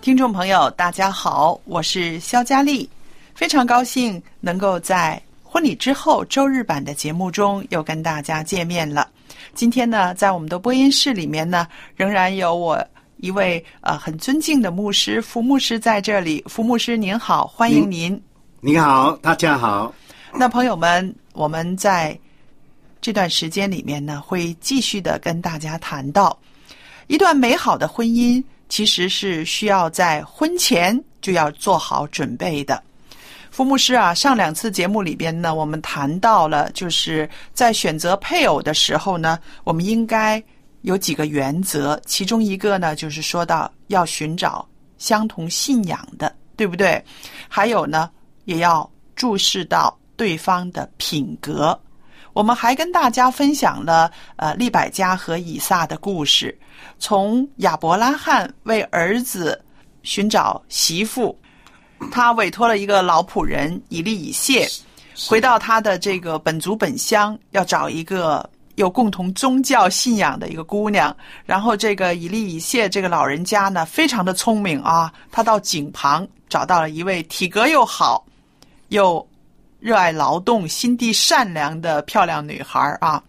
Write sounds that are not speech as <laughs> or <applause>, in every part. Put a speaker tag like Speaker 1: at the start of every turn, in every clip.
Speaker 1: 听众朋友，大家好，我是肖佳丽，非常高兴能够在婚礼之后周日版的节目中又跟大家见面了。今天呢，在我们的播音室里面呢，仍然有我一位呃很尊敬的牧师福牧师在这里。福牧师您好，欢迎您。
Speaker 2: 你好，大家好。
Speaker 1: 那朋友们，我们在这段时间里面呢，会继续的跟大家谈到，一段美好的婚姻其实是需要在婚前就要做好准备的。福牧师啊，上两次节目里边呢，我们谈到了，就是在选择配偶的时候呢，我们应该有几个原则，其中一个呢，就是说到要寻找相同信仰的，对不对？还有呢，也要注视到对方的品格。我们还跟大家分享了呃利百加和以撒的故事，从亚伯拉罕为儿子寻找媳妇，他委托了一个老仆人以利以谢，回到他的这个本族本乡，要找一个有共同宗教信仰的一个姑娘。然后这个以利以谢这个老人家呢，非常的聪明啊，他到井旁找到了一位体格又好，又热爱劳动、心地善良的漂亮女孩儿啊。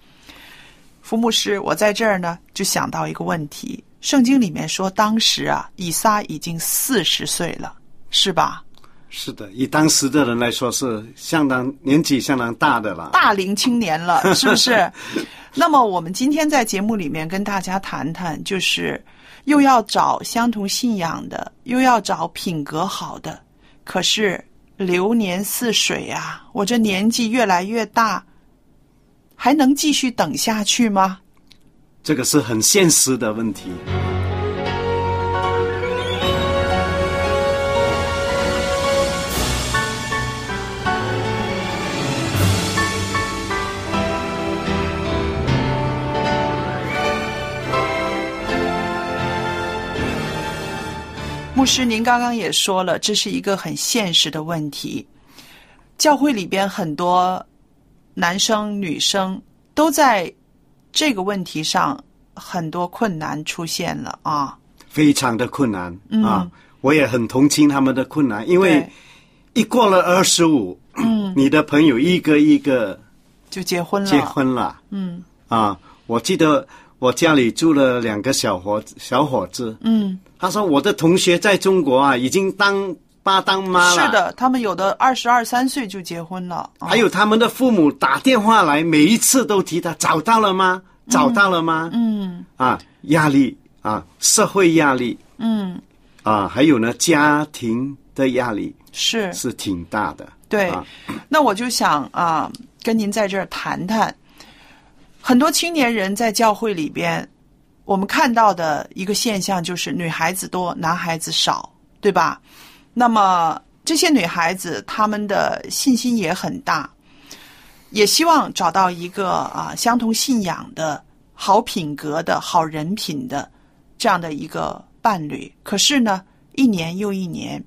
Speaker 1: 福牧师，我在这儿呢就想到一个问题：圣经里面说，当时啊，以撒已经四十岁了，是吧？
Speaker 2: 是的，以当时的人来说是相当年纪相当大的了。
Speaker 1: 大龄青年了，是不是？那么我们今天在节目里面跟大家谈谈，就是又要找相同信仰的，又要找品格好的，可是流年似水啊，我这年纪越来越大，还能继续等下去吗？
Speaker 2: 这个是很现实的问题。
Speaker 1: 牧师，您刚刚也说了，这是一个很现实的问题。教会里边很多男生女生都在这个问题上很多困难出现了啊。
Speaker 2: 非常的困难、啊！我也很同情他们的困难，因
Speaker 1: 嗯对，
Speaker 2: 为
Speaker 1: 嗯
Speaker 2: 一过了二十五， <clears throat> 你的朋友一个一个
Speaker 1: 就结婚了。
Speaker 2: 结婚了，嗯，啊，我记得我家里住了两个小伙小伙子，
Speaker 1: 嗯，
Speaker 2: 他说我的同学在中国啊，已经当爸当妈了，
Speaker 1: 是，的，他们有的二十二三岁就结婚了。啊
Speaker 2: 还有他们的父母打电话来，每一次都提他找到了吗？找到了吗？
Speaker 1: 嗯
Speaker 2: 啊，压力啊，社会压力
Speaker 1: 嗯，
Speaker 2: 啊，还有呢，家庭的压力
Speaker 1: 是
Speaker 2: 是挺大的。
Speaker 1: 对
Speaker 2: 啊，
Speaker 1: 那我就想啊，跟您在这儿谈谈，很多青年人在教会里边，我们看到的一个现象就是女孩子多，男孩子少，对吧？那么这些女孩子，她们的信心也很大，也希望找到一个啊相同信仰的好品格的好人品的这样的一个伴侣。可是呢，一年又一年。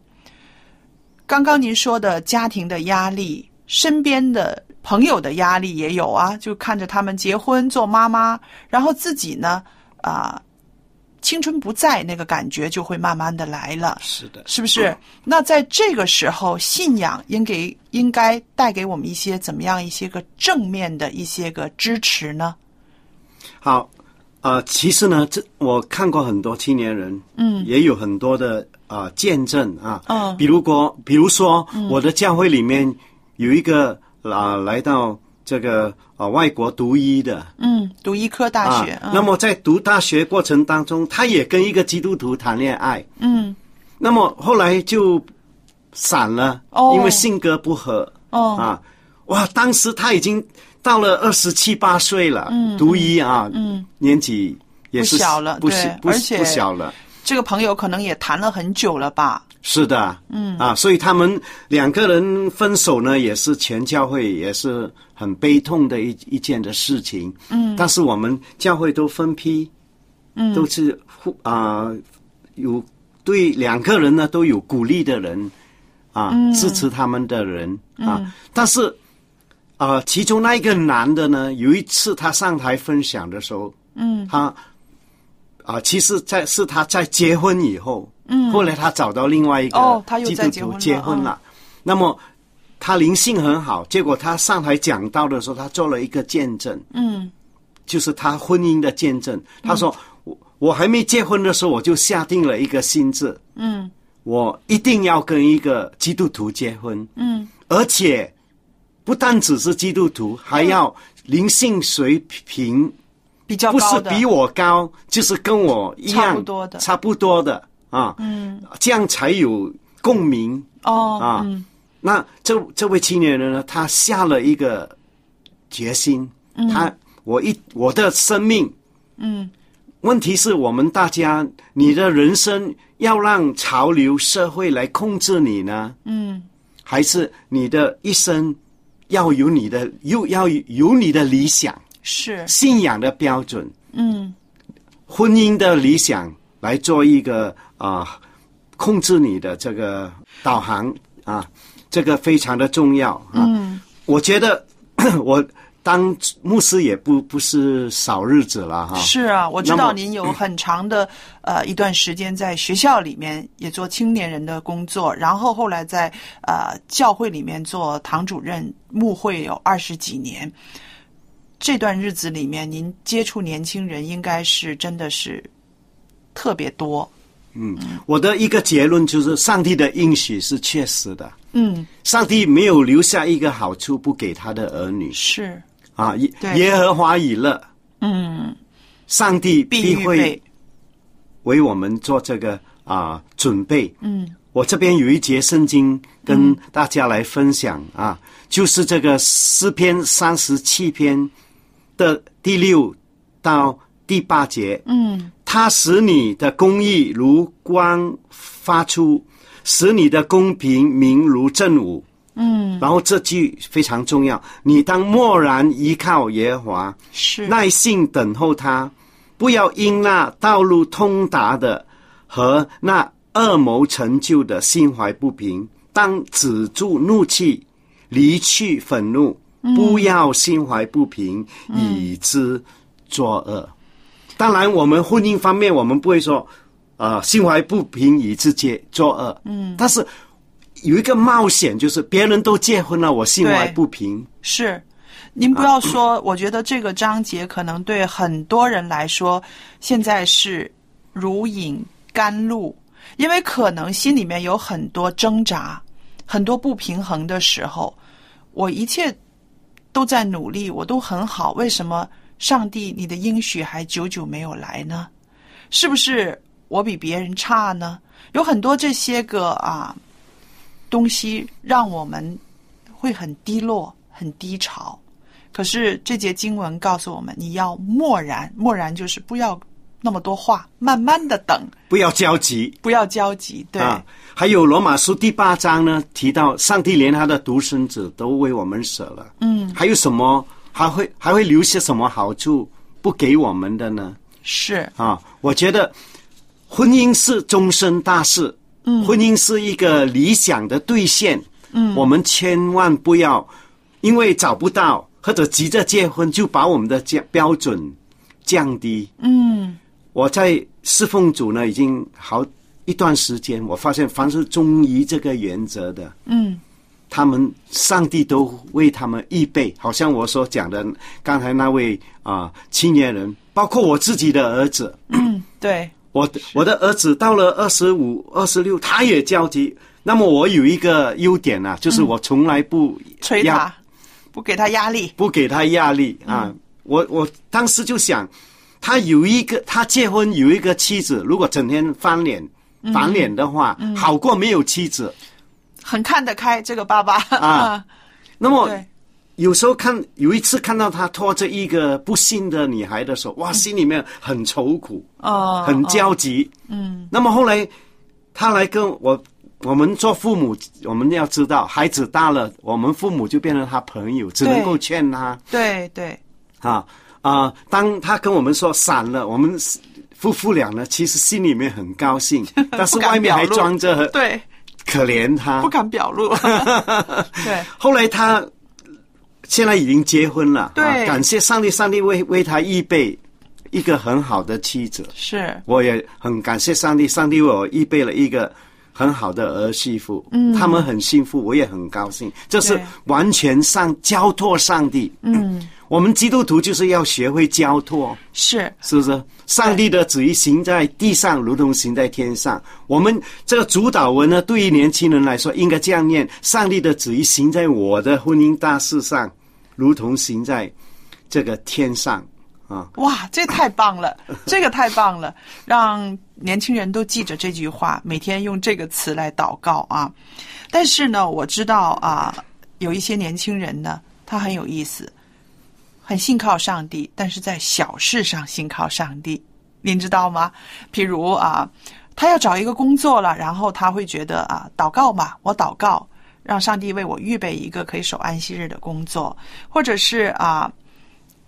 Speaker 1: 刚刚您说的家庭的压力，身边的朋友的压力也有啊，就看着他们结婚做妈妈，然后自己呢，啊、青春不在那个感觉就会慢慢的来了。
Speaker 2: 是的，
Speaker 1: 是不是？那在这个时候，信仰应给应该带给我们一些怎么样一些个正面的一些个支持呢？
Speaker 2: 好，呃，其实呢，这我看过很多青年人，嗯，也有很多的啊、呃见证啊，
Speaker 1: 嗯
Speaker 2: 比如说，比如说、我的教会里面有一个啊、来到这个啊、外国读医的
Speaker 1: 嗯，读医科大
Speaker 2: 啊
Speaker 1: 学，，嗯
Speaker 2: 那么在读大学过程当中，他也跟一个基督徒谈恋爱，
Speaker 1: 嗯，
Speaker 2: 那么后来就散了，
Speaker 1: 哦
Speaker 2: 因为性格不合。
Speaker 1: 哦
Speaker 2: 啊，哇，当时他已经到了二十七八岁了，读医啊，嗯，年纪也
Speaker 1: 嗯
Speaker 2: 是
Speaker 1: 不小了
Speaker 2: 不
Speaker 1: 对
Speaker 2: 小不
Speaker 1: 而且
Speaker 2: 不小了。
Speaker 1: 这个朋友可能也谈了很久了吧？
Speaker 2: 是的，嗯啊，所以他们两个人分手呢，也是全教会也是很悲痛的一一件的事情。嗯，但是我们教会都分批，嗯，都是互啊、有对两个人呢都有鼓励的人啊，
Speaker 1: 嗯
Speaker 2: 支持他们的人啊，但是啊、其中那一个男的呢，有一次他上台分享的时候，嗯，他啊，其实在是他在结婚以后，嗯，后来他找到另外一
Speaker 1: 哦
Speaker 2: 个
Speaker 1: 他又
Speaker 2: 基
Speaker 1: 在
Speaker 2: 督
Speaker 1: 结婚
Speaker 2: 徒
Speaker 1: 了嗯
Speaker 2: 结婚了，那么他灵性很好，结果他上台讲道的时候，他做了一个见证，嗯，就是他婚姻的见证。他说：“我我还没结婚的时候，我就下定了一个心志，嗯，我一定要跟一个基督徒结婚，嗯，而且不单只是基督徒，还要灵性水平。”
Speaker 1: 比较
Speaker 2: 不是
Speaker 1: 高的，
Speaker 2: 比我高，就是跟我一
Speaker 1: 差
Speaker 2: 样
Speaker 1: 不多的
Speaker 2: 差不多的啊，嗯，这样才有共鸣
Speaker 1: 哦，
Speaker 2: 啊。那这这位青年人呢，他下了一个决心，他我一我的生命，嗯，问题是我们大家，你的人生要让潮流社会来控制你呢，嗯，还是你的一生要有你的又要有你的理想。
Speaker 1: 是
Speaker 2: 信仰的标准，嗯，婚姻的理想来做一个啊、控制你的这个导航啊，这个非常的重要啊。嗯，我觉得 <clears throat> 我当牧师也不不是少日子了哈、
Speaker 1: 是啊，我知
Speaker 2: 那
Speaker 1: 道
Speaker 2: 么嗯
Speaker 1: 您有很长的呃一段时间在学校里面也做青年人的工作，然后后来在呃教会里面做堂主任、牧会有二十几年。这段日子里面，您接触年轻人应该是真的是特别多。
Speaker 2: 我的一个结论就是，上帝的应许是确实的，
Speaker 1: 嗯，
Speaker 2: 上帝没有留下一个好处不给他的儿女
Speaker 1: 是
Speaker 2: 啊。耶
Speaker 1: 对
Speaker 2: 耶和华以乐，
Speaker 1: 嗯，
Speaker 2: 上帝
Speaker 1: 必
Speaker 2: 必
Speaker 1: 预
Speaker 2: 会
Speaker 1: 备
Speaker 2: 为我们做这个啊、准备。嗯，我这边有一节圣经跟大家来分享啊，就是这个诗篇三十七篇的第六到第八节。嗯，它使你的公义如光发出，使你的公平明如正午。嗯，然后这句非常重要，你当默然依靠耶和华，
Speaker 1: 是
Speaker 2: 耐性等候他，不要因那道路通达的和那恶谋成就的心怀不平。当止住怒气，离去愤怒，不要心怀不平，以之作恶。当然，我们婚姻方面，我们不会说，呃，心怀不平以致结作恶。嗯，但是有一个冒险，就是别人都结婚了，我心怀
Speaker 1: 对
Speaker 2: 不平。
Speaker 1: 是，您不要说，我觉得这个章节可能对很多人来说，现在是如饮甘露，因为可能心里面有很多挣扎，很多不平衡的时候，我一切都在努力，我都很好，为什么上帝你的应许还久久没有来呢？是不是我比别人差呢？有很多这些个啊东西，让我们会很低落、很低潮。可是这节经文告诉我们，你要默然，默然就是不要那么多话，慢慢的等，
Speaker 2: 不要焦急，
Speaker 1: 不要焦急。对，
Speaker 2: 啊，还有罗马书第八章呢，提到上帝连他的独生子都为我们舍了，嗯，还有什么还会还会留下什么好处不给我们的呢？
Speaker 1: 是
Speaker 2: 啊，我觉得婚姻是终身大事，嗯，婚姻是一个理想的兑现。嗯，我们千万不要因为找不到或者急着结婚，就把我们的标标准降低。
Speaker 1: 嗯，
Speaker 2: 我在侍奉主呢，已经好一段时间，我发现凡是忠于这个原则的，
Speaker 1: 嗯，
Speaker 2: 他们上帝都为他们预备。好像我所讲的，刚才那位啊、青年人，包括我自己的儿子，
Speaker 1: 对，
Speaker 2: 我我的儿子到了二十五、二十六，他也焦急。那么我有一个优点啊，就是我从来不
Speaker 1: 催
Speaker 2: 压
Speaker 1: 嗯他，嗯不给他压力。
Speaker 2: 不给他压力啊。我我当时就想，他有一个他结婚有一个妻子，如果整天翻脸
Speaker 1: 嗯
Speaker 2: 反脸的话，好过没有妻子。
Speaker 1: 很看得开，这个爸爸
Speaker 2: 啊，那
Speaker 1: <laughs>
Speaker 2: 么
Speaker 1: 对，
Speaker 2: 有时候看有一次看到他拖着一个不幸的女孩的手，
Speaker 1: 嗯
Speaker 2: 哇，心里面很愁苦，
Speaker 1: 哦
Speaker 2: 很焦急。嗯，那么后来他来跟我，我们做父母，我们要知道，孩子大了，我们父母就变成他朋友，只能
Speaker 1: 对
Speaker 2: 够劝他。
Speaker 1: 对对，
Speaker 2: 啊啊、当他跟我们说散了，我们夫妇俩呢，其实心里面很高兴，但
Speaker 1: <laughs>
Speaker 2: 是
Speaker 1: 不敢
Speaker 2: 外面还
Speaker 1: 表露
Speaker 2: 装着很 <laughs>
Speaker 1: 对，
Speaker 2: 可怜他
Speaker 1: 不。敢表
Speaker 2: <laughs>
Speaker 1: 露。对，
Speaker 2: 后来他现在已经结婚了，
Speaker 1: 对
Speaker 2: 啊感谢上帝，上帝为为他预备一个很好的妻子，
Speaker 1: 是，
Speaker 2: 我也很感谢上帝，上帝为我预备了一个。很好的儿媳妇，嗯，他们很幸福，我也很高兴，这是
Speaker 1: 对
Speaker 2: 完全上交托上帝，嗯，我们基督徒就是要学会交托，
Speaker 1: 是，
Speaker 2: 是不是？上帝的旨意行在地上，如同行在天上。我们这个主导文呢，对于年轻人来说，应该这样念：上帝的旨意行在我的婚姻大事上，如同行在这个天上。
Speaker 1: 哇，这太棒了，这个太棒了，让年轻人都记着这句话，每天用这个词来祷告啊。但是呢，我知道啊，有一些年轻人呢，他很有意思，很信靠上帝，但是在小事上信靠上帝，您知道吗？譬如啊，他要找一个工作了，然后他会觉得啊，祷告嘛，我祷告，让上帝为我预备一个可以守安息日的工作，或者是啊。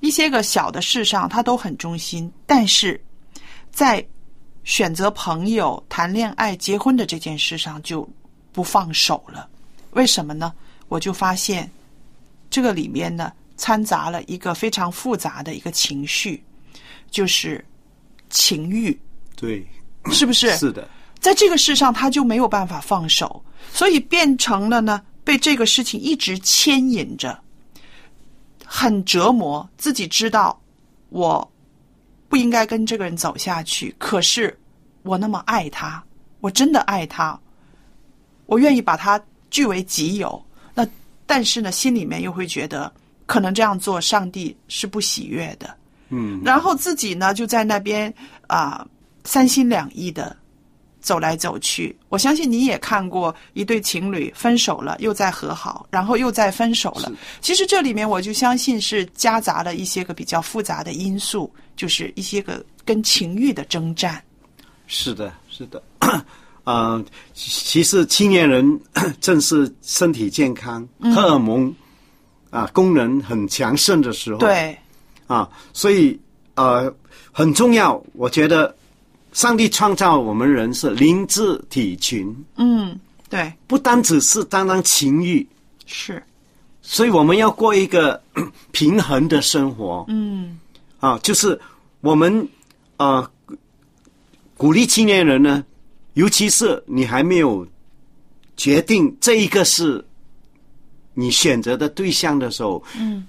Speaker 1: 一些个小的事上，他都很忠心，但是在选择朋友、谈恋爱、结婚的这件事上就不放手了。为什么呢？我就发现这个里面呢，掺杂了一个非常复杂的一个情绪，就是情欲，
Speaker 2: 对，
Speaker 1: 是不是？
Speaker 2: 是的，
Speaker 1: 在这个事上他就没有办法放手，所以变成了呢被这个事情一直牵引着，很折磨。自己知道我不应该跟这个人走下去，可是我那么爱他，我真的爱他，我愿意把他据为己有。那但是呢，心里面又会觉得可能这样做上帝是不喜悦的。
Speaker 2: 嗯，
Speaker 1: 然后自己呢就在那边啊、三心两意的走来走去。我相信你也看过一对情侣分手了，又再和好，然后又再分手了。其实这里面我就相信是夹杂了一些个比较复杂的因素，就是一些个跟情欲的征战。
Speaker 2: 是的，是的。 <coughs> 呃，其其实青年人 <coughs> 正是身体健康、荷尔蒙啊功能很强盛的时候。
Speaker 1: 对，
Speaker 2: 啊，所以呃很重要，我觉得上帝创造我们人是灵智体群，
Speaker 1: 嗯，对，
Speaker 2: 不单只是单单情欲，
Speaker 1: 是，
Speaker 2: 所以我们要过一个 <coughs> 平衡的生活。嗯，啊，就是我们啊、呃鼓励青年人呢，尤其是你还没有决定这一个是你选择的对象的时候，嗯，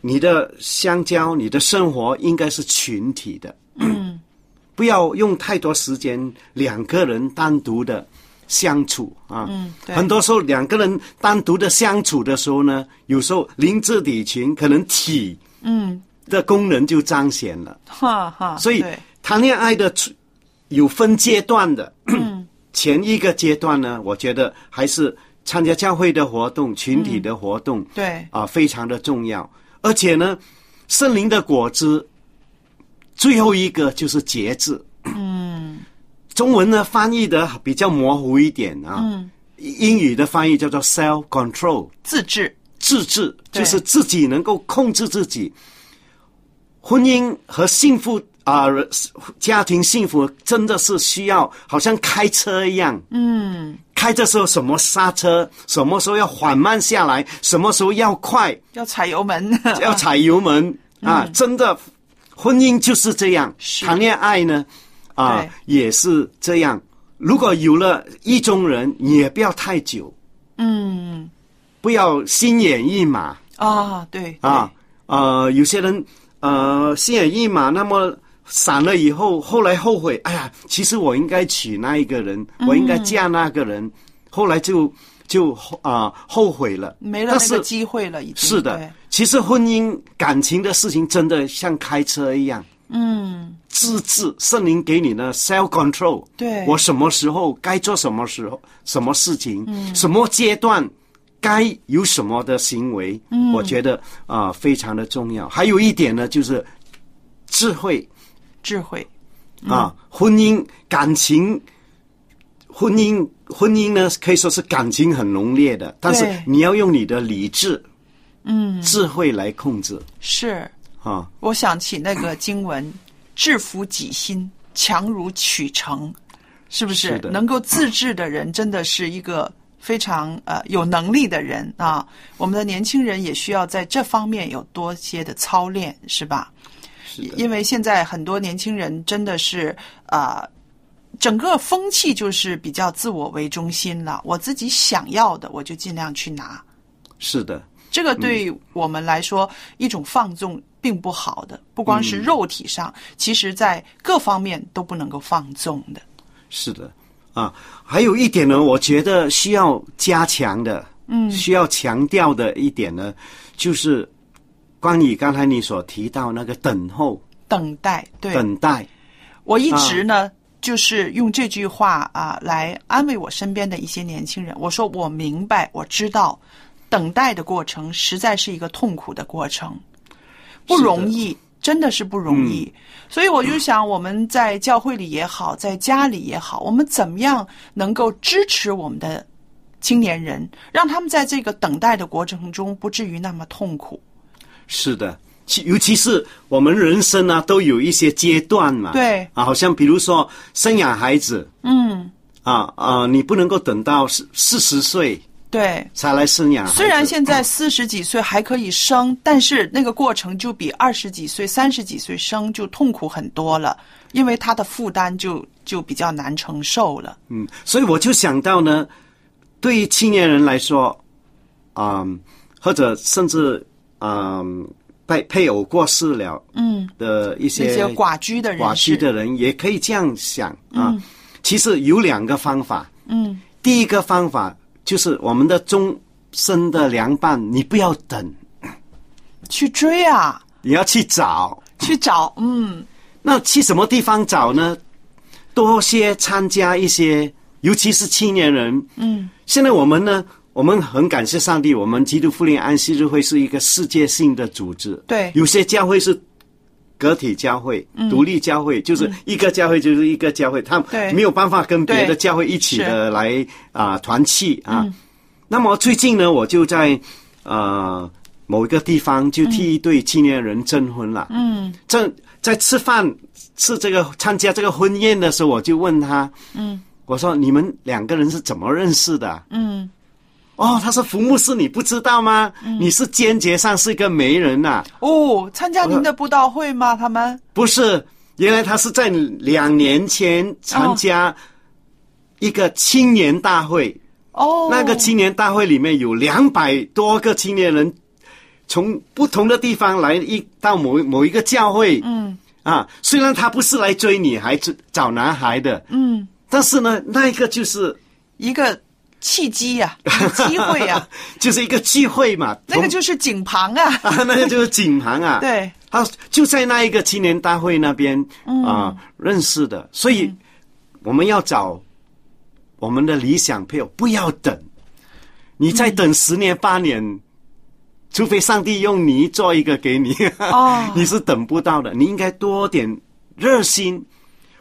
Speaker 2: 你的相交，你的生活应该是群体的。嗯，不要用太多时间两个人单独的相处啊。
Speaker 1: 嗯对
Speaker 2: 很多时候两个人单独的相处的时候呢，有时候灵智体群可能体
Speaker 1: 嗯，
Speaker 2: 的功能就彰显了。
Speaker 1: 哈哈，
Speaker 2: 所以
Speaker 1: 对
Speaker 2: 谈恋爱的初有分阶段的，
Speaker 1: 嗯
Speaker 2: <clears throat> 前一个阶段呢，我觉得还是参加教会的活动、群体的活动，
Speaker 1: 对，
Speaker 2: 啊，非常的重要。而且呢，圣灵的果子，最后一个就是节制。嗯，中文呢翻译的比较模糊一点啊。嗯，英语的翻译叫做 self control，
Speaker 1: 自制，
Speaker 2: 自制，
Speaker 1: 对
Speaker 2: 就是自己能够控制自己。婚姻和幸福啊、呃家庭幸福真的是需要，好像开车一样，嗯，开的时候什么刹车，什么时候要缓慢下来，什么时候要快，
Speaker 1: 要踩油
Speaker 2: <laughs>
Speaker 1: 门，
Speaker 2: 要踩油门啊！真的，婚姻就是这样，
Speaker 1: 嗯是
Speaker 2: 谈恋爱呢，啊
Speaker 1: 对，
Speaker 2: 也是这样。如果有了意中人，也不要太久，
Speaker 1: 嗯
Speaker 2: 不要心猿意马
Speaker 1: 啊，对
Speaker 2: 啊，。呃，有些人呃心猿意马，那么散了以后，后来后悔，哎呀，其实我应该娶那一个人，我应该嫁那个人，后来就就啊、后悔了，
Speaker 1: 对没了
Speaker 2: 但
Speaker 1: 那
Speaker 2: 是
Speaker 1: 个机会了，已经
Speaker 2: 是的
Speaker 1: 对，
Speaker 2: 其实婚姻感情的事情真的像开车一样，
Speaker 1: 嗯，
Speaker 2: 自制圣灵给你的 self control，
Speaker 1: 对
Speaker 2: 我什么时候该做什么时候什么事情，什么阶段该有什么的行为，我觉得啊、呃非常的重要。还有一点呢，就是智慧
Speaker 1: 智慧
Speaker 2: 啊，婚姻感情。婚姻，婚姻呢，可以说是感情很浓烈的，但是
Speaker 1: 对
Speaker 2: 你要用你的理智，嗯，智慧来控制
Speaker 1: 是。
Speaker 2: 啊。
Speaker 1: 我想起那个经文：“制服己心，强如取成”，是不是？
Speaker 2: 是的
Speaker 1: 能够自制的人，真的是一个非常呃有能力的人啊。我们的年轻人也需要在这方面有多些的操练，是吧？
Speaker 2: 是的
Speaker 1: 因为现在很多年轻人真的是啊、呃整个风气就是比较自我为中心了。我自己想要的，我就尽量去拿。
Speaker 2: 是的，
Speaker 1: 这个对我们来说、一种放纵并不好的，不光是肉体上，其实在各方面都不能够放纵的。
Speaker 2: 是的，啊，还有一点呢，我觉得需要加强的，嗯，需要强调的一点呢，就是关于刚才你所提到那个等候、
Speaker 1: 等待，对
Speaker 2: 等待，
Speaker 1: 我一直呢。就是用这句话啊来安慰我身边的一些年轻人。我说我明白，我知道，等待的过程实在是一个痛苦的过程，不容易，真的是嗯不容易。所以我就想，我们在教会里也好，在家里也好，我们怎么样能够支持我们的青年人，让他们在这个等待的过程中不至于那么痛苦？
Speaker 2: 是的。其尤其是我们人生啊，都有一些阶段嘛。
Speaker 1: 对
Speaker 2: 啊，好像比如说生养孩子，嗯，啊啊、你不能够等到四四十岁
Speaker 1: 对，
Speaker 2: 才来生养孩子。啊
Speaker 1: 虽然现在四十几岁还可以生，但是那个过程就比二十几岁、三十几岁生就痛苦很多了，因为他的负担就就比较难承受了。
Speaker 2: 嗯，所以我就想到呢，对于青年人来说，嗯，或者甚至嗯，配配偶过世了，嗯的一
Speaker 1: 那
Speaker 2: 些
Speaker 1: 些寡居的人士，
Speaker 2: 寡居的人也可以这样想啊。其实有两个方法，
Speaker 1: 嗯，
Speaker 2: 第一个方法就是我们的终身的良伴，你不要等，
Speaker 1: 去追啊，
Speaker 2: 你要去找。
Speaker 1: 去找，嗯，
Speaker 2: 那去什么地方找呢？多些参加一些，尤其是青年人。嗯，现在我们呢，我们很感谢上帝，我们基督复临安息日会是一个世界性的组织。
Speaker 1: 对嗯
Speaker 2: 有些教会是个体教会、独立教会，就是一个教会就是一个教会，他
Speaker 1: 对
Speaker 2: 没有办法跟别的
Speaker 1: 对
Speaker 2: 教会一起的
Speaker 1: 是
Speaker 2: 来啊、团契啊。那么最近呢，我就在呃某一个地方就替一对青年人征婚了。嗯，正在吃饭吃这个参加这个婚宴的时候，我就问他，嗯，我说你们两个人是怎么认识的？嗯。哦，他说福牧师，你不知道吗？你是坚决上是一个媒人呐、
Speaker 1: 哦，参加您的布道会吗？他们
Speaker 2: 不是，原来他是在两年前参加一个青年大会，
Speaker 1: 哦，
Speaker 2: 那个青年大会里面有两百多个青年人，从不同的地方来一到某某一个教会，嗯，啊，虽然他不是来追女孩子找男孩的，
Speaker 1: 嗯，
Speaker 2: 但是呢，那一个就是
Speaker 1: 一个契机呀、一个机会
Speaker 2: <laughs>
Speaker 1: 呀、
Speaker 2: 就是一个聚会嘛，
Speaker 1: 那个
Speaker 2: 同，
Speaker 1: 就是井旁啊
Speaker 2: <laughs> 啊，那个就是景
Speaker 1: <laughs>
Speaker 2: 行啊，。
Speaker 1: 对，
Speaker 2: 他就在那一个青年大会那边啊、认识的，所以我们要找我们的理想配偶，不要等，你再等十年八年，除非上帝用你做一个给你，
Speaker 1: 哦
Speaker 2: <laughs> 你是等不到的，你应该多点热心。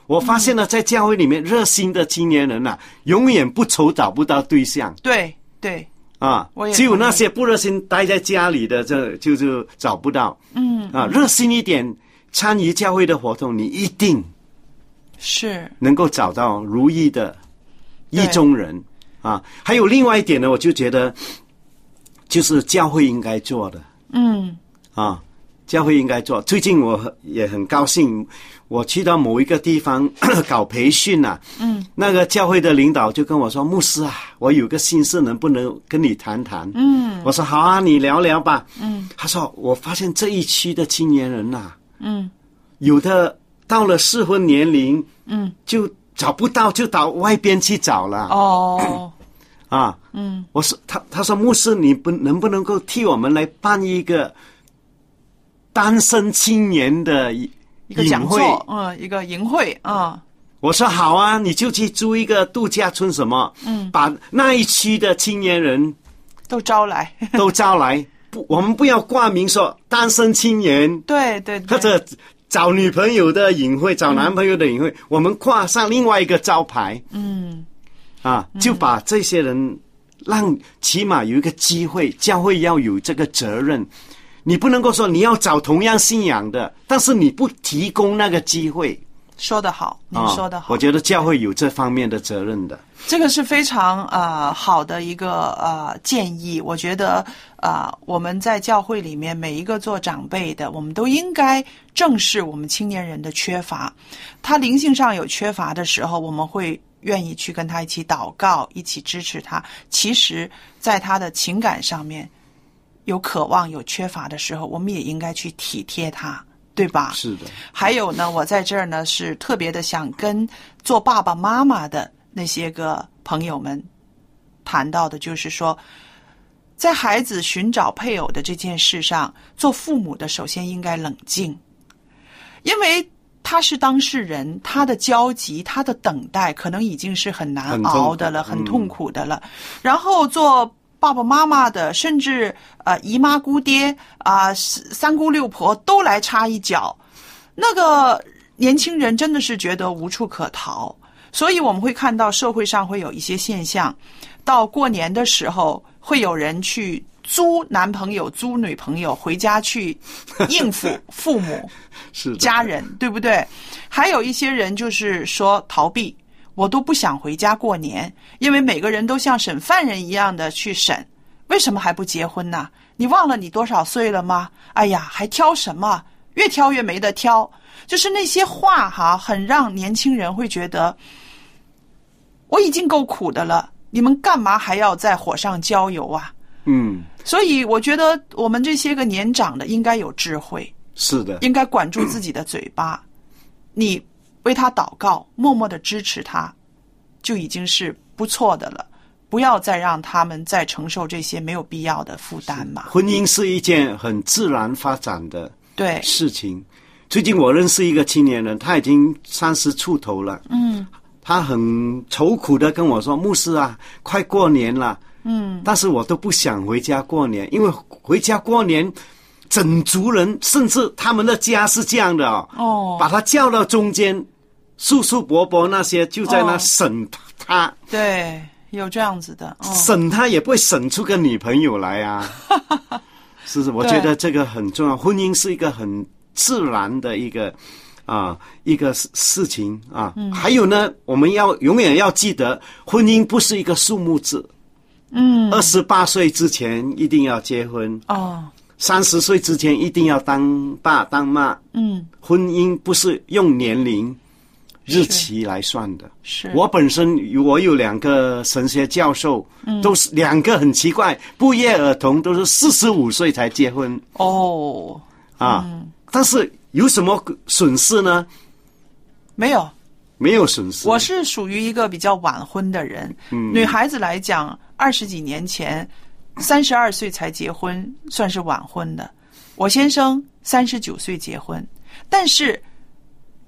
Speaker 2: 我发现了，在教会里面热心的青年人呐、啊永远不愁找不到对象
Speaker 1: 对对，
Speaker 2: 啊
Speaker 1: 我，也
Speaker 2: 只有
Speaker 1: 同意
Speaker 2: 那
Speaker 1: 嗯
Speaker 2: 些不热心待在家里的，这就就找不到。嗯啊，热心一点，参与教会的活动，你一定
Speaker 1: 是
Speaker 2: 能够找到如意的意
Speaker 1: 对
Speaker 2: 中人啊。还有另外一点呢，我就觉得就是教会应该做的，
Speaker 1: 嗯
Speaker 2: 啊，教会应该做。最近我很也很高兴，我去到某一个地方 <coughs> 搞培训啊，嗯，那个教会的领导就跟我说：“牧师啊，我有个心事，能不能跟你谈谈？”嗯，我说：“好啊，你聊聊吧。”嗯，他说：“我发现这一区的青年人呐、
Speaker 1: 嗯，
Speaker 2: 有的到了适婚年龄，嗯，就找不到，就到外边去找了。
Speaker 1: 哦，
Speaker 2: <clears throat> 啊，嗯，我说他他说牧师，你不能不能够替我们来办一个单身青年的一
Speaker 1: 一个讲
Speaker 2: 营会
Speaker 1: 座，嗯，一个营会，嗯
Speaker 2: 我说好啊，你就去租一个度假村什么，嗯，把那一区的青年人
Speaker 1: 都招来， <laughs>
Speaker 2: 都招来，不，我们不要挂名说单身青年
Speaker 1: 对对
Speaker 2: 或
Speaker 1: 对，
Speaker 2: 者找女朋友的隐晦，找男朋友的隐晦，我们挂上另外一个招牌，嗯，啊，就把这些人让起码有一个机会，教会要有这个责任。你不能够说你要找同样信仰的，但是你不提供那个机会
Speaker 1: 说得好，您
Speaker 2: 啊！
Speaker 1: 说得好，
Speaker 2: 我觉得教会有这方面的责任的。
Speaker 1: 这个是非常呃好的一个呃建议，我觉得啊、呃我们在教会里面每一个做长辈的，我们都应该正视我们青年人的缺乏。他灵性上有缺乏的时候，我们会愿意去跟他一起祷告，一起支持他。其实，在他的情感上面有渴望、有缺乏的时候，我们也应该去体贴他，对吧？
Speaker 2: 是的，
Speaker 1: 还有呢，我在这儿呢是特别的想跟做爸爸妈妈的那些个朋友们谈到的，就是说，在孩子寻找配偶的这件事上，做父母的首先应该冷静，因为他是当事人，他的焦急，他的等待，可能已经是很难
Speaker 2: 很痛
Speaker 1: 熬
Speaker 2: 苦
Speaker 1: 的了，
Speaker 2: 的
Speaker 1: 很
Speaker 2: 嗯
Speaker 1: 痛苦。苦的了。然后做爸爸妈妈的，甚至呃姨妈姑爹啊、三三姑六婆都来插一脚，那个年轻人真的是觉得无处可逃。所以我们会看到社会上会有一些现象，到过年的时候会有人去租男朋友、租女朋友回家去应付父母。
Speaker 2: 是的，
Speaker 1: 家人，对不对？还有一些人就是说逃避，我都不想回家过年，因为每个人都像审犯人一样的去审，为什么还不结婚呢？你忘了你多少岁了吗？哎呀，还挑什么？越挑越没得挑，就是那些话哈，很让年轻人会觉得我已经够苦的了，你们干嘛还要在火上浇油啊？
Speaker 2: 嗯，
Speaker 1: 所以我觉得我们这些个年长的应该有智慧，
Speaker 2: 是的，
Speaker 1: 应该管住自己的嘴巴，你为他祷告，默默的支持他，就已经是不错的了。不要再让他们再承受这些没有必要的负担嘛。
Speaker 2: 婚姻是一件很自然发展的
Speaker 1: 对，
Speaker 2: 事情。最近我认识一个青年人，他已经三十出头了，嗯，他很愁苦的跟我说：“牧师啊，快过年了，嗯，但是我都不想回家过年，因为回家过年，整族人甚至他们的家是这样的哦，
Speaker 1: 哦
Speaker 2: 把他叫到中间，叔叔伯伯那些就在那
Speaker 1: 哦
Speaker 2: 审他。
Speaker 1: 对，有这样子的，嗯，
Speaker 2: 审他也不会审出个女朋友来啊。是不是？我
Speaker 1: 对
Speaker 2: 觉得这个很重要，婚姻是一个很自然的一个啊一个事事情啊。还有呢，我们要永远要记得，婚姻不是一个数目字。嗯，二十八岁之前一定要结婚，
Speaker 1: 哦，
Speaker 2: 三十岁之前一定要当爸当妈。
Speaker 1: 嗯，
Speaker 2: 婚姻不是用年龄、日期来算的。
Speaker 1: 是，
Speaker 2: 我本身有我有两个神学教授，
Speaker 1: 嗯
Speaker 2: 都是两个很奇怪，不约而同都是四十五岁才结婚
Speaker 1: 哦，
Speaker 2: 啊。但是有什么损失呢？
Speaker 1: 没有，
Speaker 2: 没有损失。
Speaker 1: 我是属于一个比较晚婚的人。女孩子来讲，二十几年前，三十二岁才结婚，算是晚婚的。我先生三十九岁结婚，但是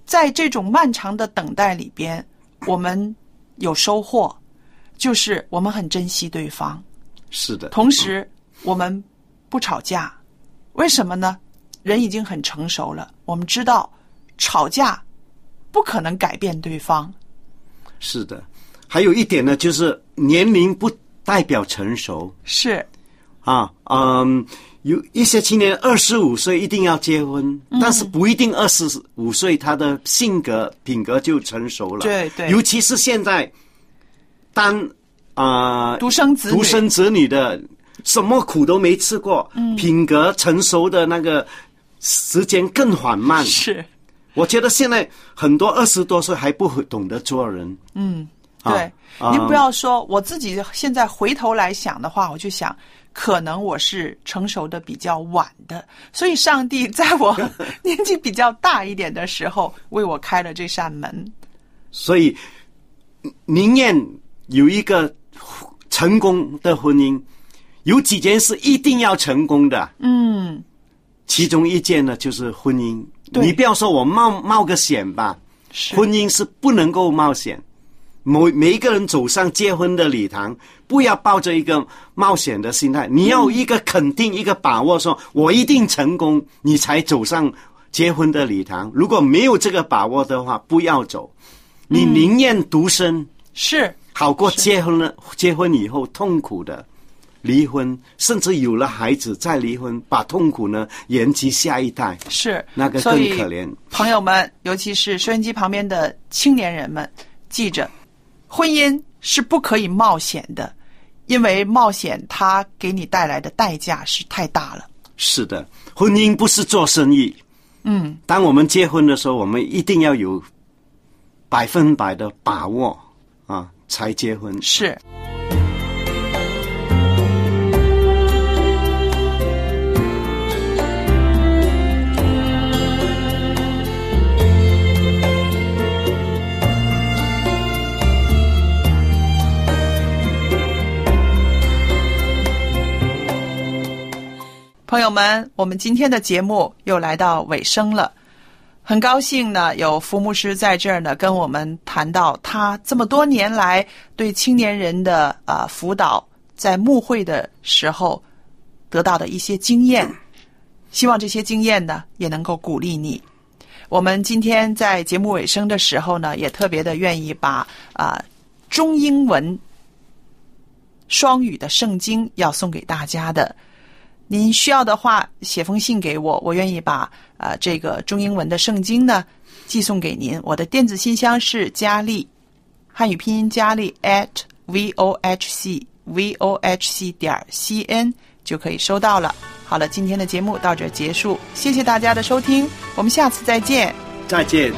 Speaker 1: 在这种漫长的等待里边，我们有收获，就是我们很珍惜对方，
Speaker 2: 是的，
Speaker 1: 同时我们不吵架。为什么呢？人已经很成熟了，我们知道吵架不可能改变对方。
Speaker 2: 是的。还有一点呢，就是年龄不代表成熟
Speaker 1: 是，
Speaker 2: 啊。嗯，有一些青年二十五岁一定要结婚，
Speaker 1: 嗯
Speaker 2: 但是不一定二十五岁他的性格品格就成熟了。
Speaker 1: 对对
Speaker 2: 尤其是现在，当啊、
Speaker 1: 独生子女
Speaker 2: 独生子女的，什么苦都没吃过，
Speaker 1: 嗯
Speaker 2: 品格成熟的那个时间更缓慢。
Speaker 1: 是，
Speaker 2: 我觉得现在很多二十多岁还不会懂得做人。
Speaker 1: 嗯，
Speaker 2: 啊
Speaker 1: 对，
Speaker 2: 啊
Speaker 1: 您不要说，我自己现在回头来想的话，我就想，可能我是成熟的比较晚的，所以上帝在我 <laughs> 年纪比较大一点的时候，为我开了这扇门。
Speaker 2: 所以嗯宁愿有一个成功的婚姻，有几件事一定要成功的。嗯，其中一件呢就是婚姻。
Speaker 1: 对
Speaker 2: 你不要说我冒冒个险吧，
Speaker 1: 是
Speaker 2: 婚姻是不能够冒险。每每一个人走上结婚的礼堂，不要抱着一个冒险的心态，你要有一个肯定、一个把握说，我一定成功，你才走上结婚的礼堂。如果没有这个把握的话，不要走，你宁愿独身，
Speaker 1: 是，
Speaker 2: 好过结婚了，结
Speaker 1: 嗯
Speaker 2: 婚以后痛苦的离婚，甚至有了孩子再离婚，把痛苦呢延及下一代。
Speaker 1: 是，
Speaker 2: 那个
Speaker 1: 所
Speaker 2: 更
Speaker 1: 以
Speaker 2: 可怜
Speaker 1: 朋友们，尤其是收音机旁边的青年人们，记着，婚姻是不可以冒险的，因为冒险它给你带来的代价是太大了。
Speaker 2: 是的，婚姻不是做生意。嗯，当我们结婚的时候，我们一定要有百分百的把握啊，才结婚。
Speaker 1: 是。朋友们，我们今天的节目又来到尾声了。很高兴呢，有福牧师在这儿呢，跟我们谈到他这么多年来对青年人的啊、呃辅导，在牧会的时候得到的一些经验，希望这些经验呢也能够鼓励你。我们今天在节目尾声的时候呢，也特别的愿意把啊、中英文双语的圣经要送给大家的。您需要的话，写封信给我，我愿意把呃这个中英文的圣经呢寄送给您。我的电子信箱是佳丽，汉语拼音佳丽 at v o h c v o h c 点 c n 就可以收到了。好了，今天的节目到这儿结束，谢谢大家的收听，我们下次再见。
Speaker 2: 再见。